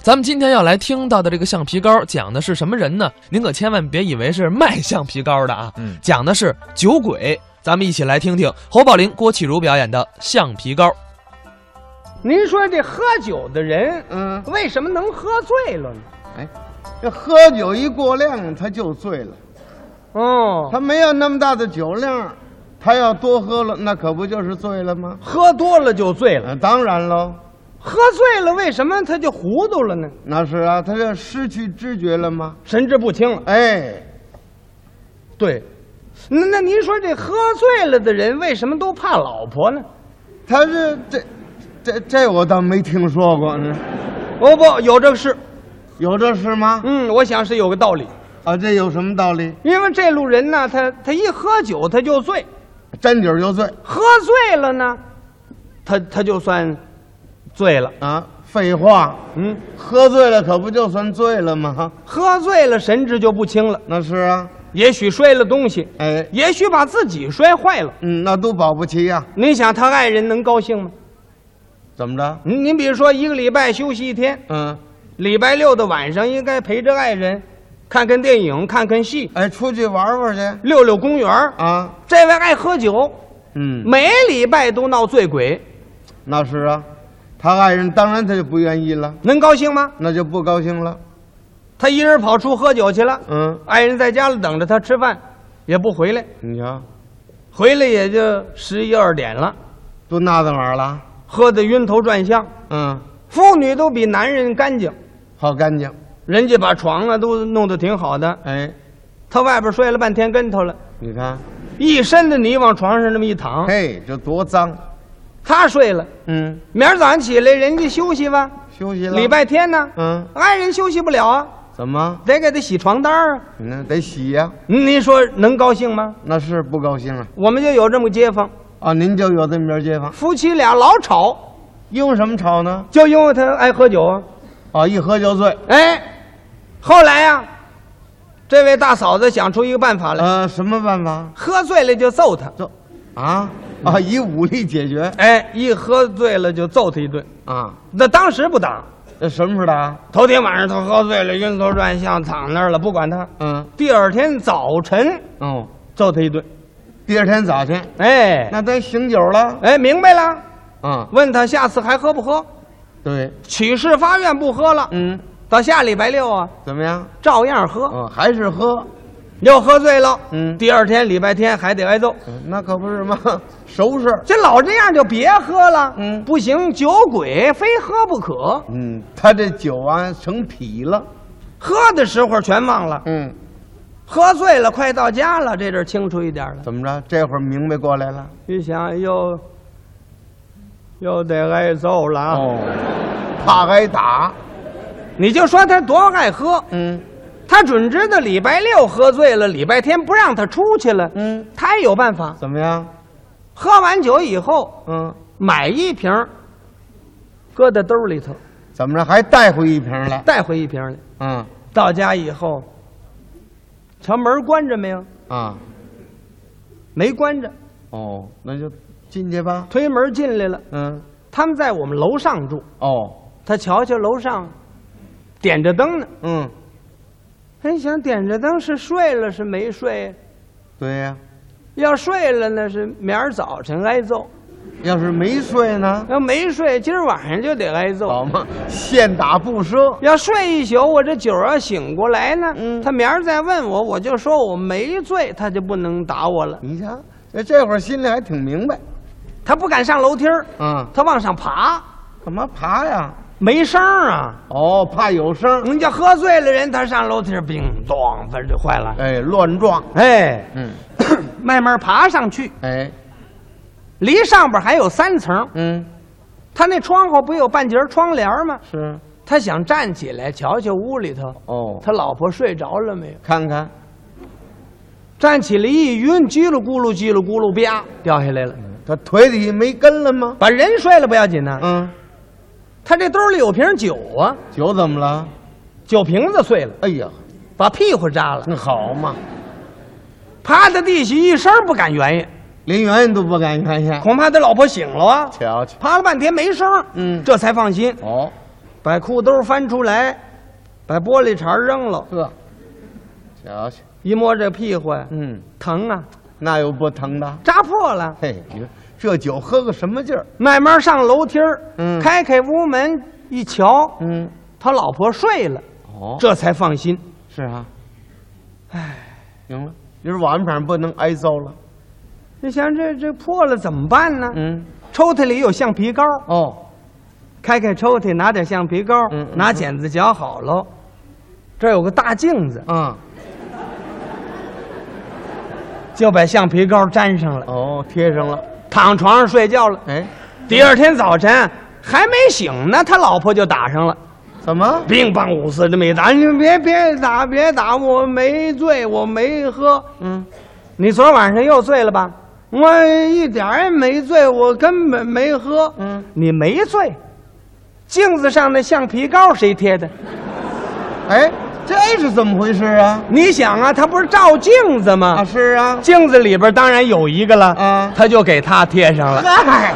咱们今天要来听到的这个橡皮膏讲的是什么人呢？您可千万别以为是卖橡皮膏的啊，嗯讲的是酒鬼。咱们一起来听听侯宝林、郭启儒表演的《橡皮膏》。您说这喝酒的人，嗯，为什么能喝醉了呢？哎，这喝酒一过量，他就醉了。哦，他没有那么大的酒量，他要多喝了，那可不就是醉了吗？喝多了就醉了，呃，当然喽，喝醉了为什么他就糊涂了呢？那是啊，他这失去知觉了吗？神志不清了。哎，对，那那您说这喝醉了的人为什么都怕老婆呢？他是这，这这我倒没听说过呢，哦不，有这个事。有这事吗？嗯，我想是有个道理，啊，这有什么道理？因为这路人呢，他他一喝酒他就醉，沾酒就醉喝醉了呢，他他就算醉了。啊？废话，嗯，喝醉了可不就算醉了吗？喝醉了神志就不清了，那是啊，也许摔了东西，哎，也许把自己摔坏了。嗯，那都保不齐呀、您想他爱人能高兴吗？怎么着？您您比如说一个礼拜休息一天，嗯，礼拜六的晚上应该陪着爱人，看看电影，看看戏，哎，出去玩玩去溜溜公园儿啊？这位爱喝酒，嗯，每礼拜都闹醉鬼，那是啊，他爱人当然他就不愿意了，能高兴吗？那就不高兴了。他一人跑出喝酒去了，嗯，爱人在家里等着他吃饭，也不回来，你瞧，回来也就十一二点了，都那怎玩了？喝得晕头转向。嗯，妇女都比男人干净，好干净。人家把床啊都弄得挺好的，哎，他外边摔了半天跟头了。你看，一身的泥往床上那么一躺，嘿，这多脏。他睡了。嗯，明儿早上起来，人家休息吧。休息了。礼拜天呢，嗯，爱人休息不了啊，怎么？得给他洗床单儿啊。你那得洗呀、您您说能高兴吗？那是不高兴啊。我们就有这么个街坊，啊，您就有这么点街坊，夫妻俩老吵，因什么吵呢？就因为他爱喝酒啊。啊，一喝就醉。哎，后来呀、这位大嫂子想出一个办法来，呃，什么办法？喝醉了就揍他。就，啊啊，以武力解决哎，一喝醉了就揍他一顿。啊？那当时不打，这什么时候打？头天晚上他喝醉了，晕头转向，躺那儿了，不管他。嗯，第二天早晨哦，揍他一顿。第二天早晨，哎，那得醒酒了。哎，明白了。啊，问他下次还喝不喝？对，起誓发愿不喝了。嗯，到下礼拜六啊，怎么样？照样喝，啊，还是喝，又喝醉了。嗯第二天礼拜天还得挨揍。那可不 是嘛，熟事。这老这样就别喝了。嗯不行，酒鬼非喝不可。嗯，他这酒啊成痞了。喝的时候全忘了，嗯，喝醉了，快到家了，这阵儿清楚一点了。怎么着？这会儿明白过来了。一想又又得挨揍了啊。哦，怕挨打。你就说他多爱喝，嗯他准知道礼拜六喝醉了，礼拜天不让他出去了。嗯，他也有办法，怎么样？喝完酒以后嗯，买一瓶儿，搁在兜里头，怎么着？还带回一瓶来。带回一瓶来。嗯到家以后，瞧门关着没有？啊，没关着，哦，那就进去吧。推门进来了。嗯，他们在我们楼上住，哦，他瞧瞧楼上，点着灯呢。嗯，哎，想点着灯是睡了是没睡？对呀、要睡了呢是明儿早晨挨揍，要是没睡呢，要没睡今儿晚上就得挨揍。好嘛，现打不赊。要睡一宿，我这酒要醒过来呢，嗯他明儿再问我，我就说我没醉，他就不能打我了。你瞧，这这会儿心里还挺明白。他不敢上楼梯儿，啊，他往上爬，干嘛爬呀？没声儿啊。哦，怕有声儿，人家喝醉了人，他上楼梯儿，叮咚，反正就坏了。哎，乱撞，哎， 嗯，慢慢爬上去，哎，离上边还有三层。嗯，他那窗户不有半截窗帘吗？是，他想站起来瞧瞧屋里头，哦，他老婆睡着了没有？看看，站起来一晕，叽里咕噜叽里咕噜，啪掉下来了，他腿底没根了吗？把人摔了不要紧呐、嗯，他这兜里有瓶酒啊，酒怎么了？酒瓶子碎了，哎呀，把屁股扎了，那好嘛，趴在地下一声不敢原因，连圆圆都不敢看见，恐怕他老婆醒了啊，瞧瞧，趴了半天没声儿，嗯这才放心。哦，把裤兜翻出来，把玻璃碴扔了，呵，瞧瞧，一摸这屁股呀，嗯，疼啊，那有不疼的？扎破了。嘿，你说这酒喝个什么劲儿？慢慢上楼梯儿，嗯开开屋门一瞧，嗯，他老婆睡了，哦，这才放心。是啊，哎，行了，今儿晚上不能挨揍了。你想这这破了怎么办呢？嗯，抽屉里有橡皮膏，哦，开开抽屉拿点橡皮膏，嗯嗯拿剪子绞好喽。这有个大镜子，嗯，就把橡皮膏粘上了，哦，贴上了。躺床上睡觉了。哎，第二天早晨还没醒呢，他老婆就打上了，怎么？乒乓五四这么一打，你别别打别打，我没醉，我没喝。嗯，你昨儿晚上又醉了吧？我一点儿也没醉，我根哎本没喝。嗯，你没醉。镜子上那橡皮膏谁贴的？哎，这是怎么回事啊？你想啊，他不是照镜子吗？啊，是啊，镜子里边当然有一个了，啊他就给他贴上了。嗨，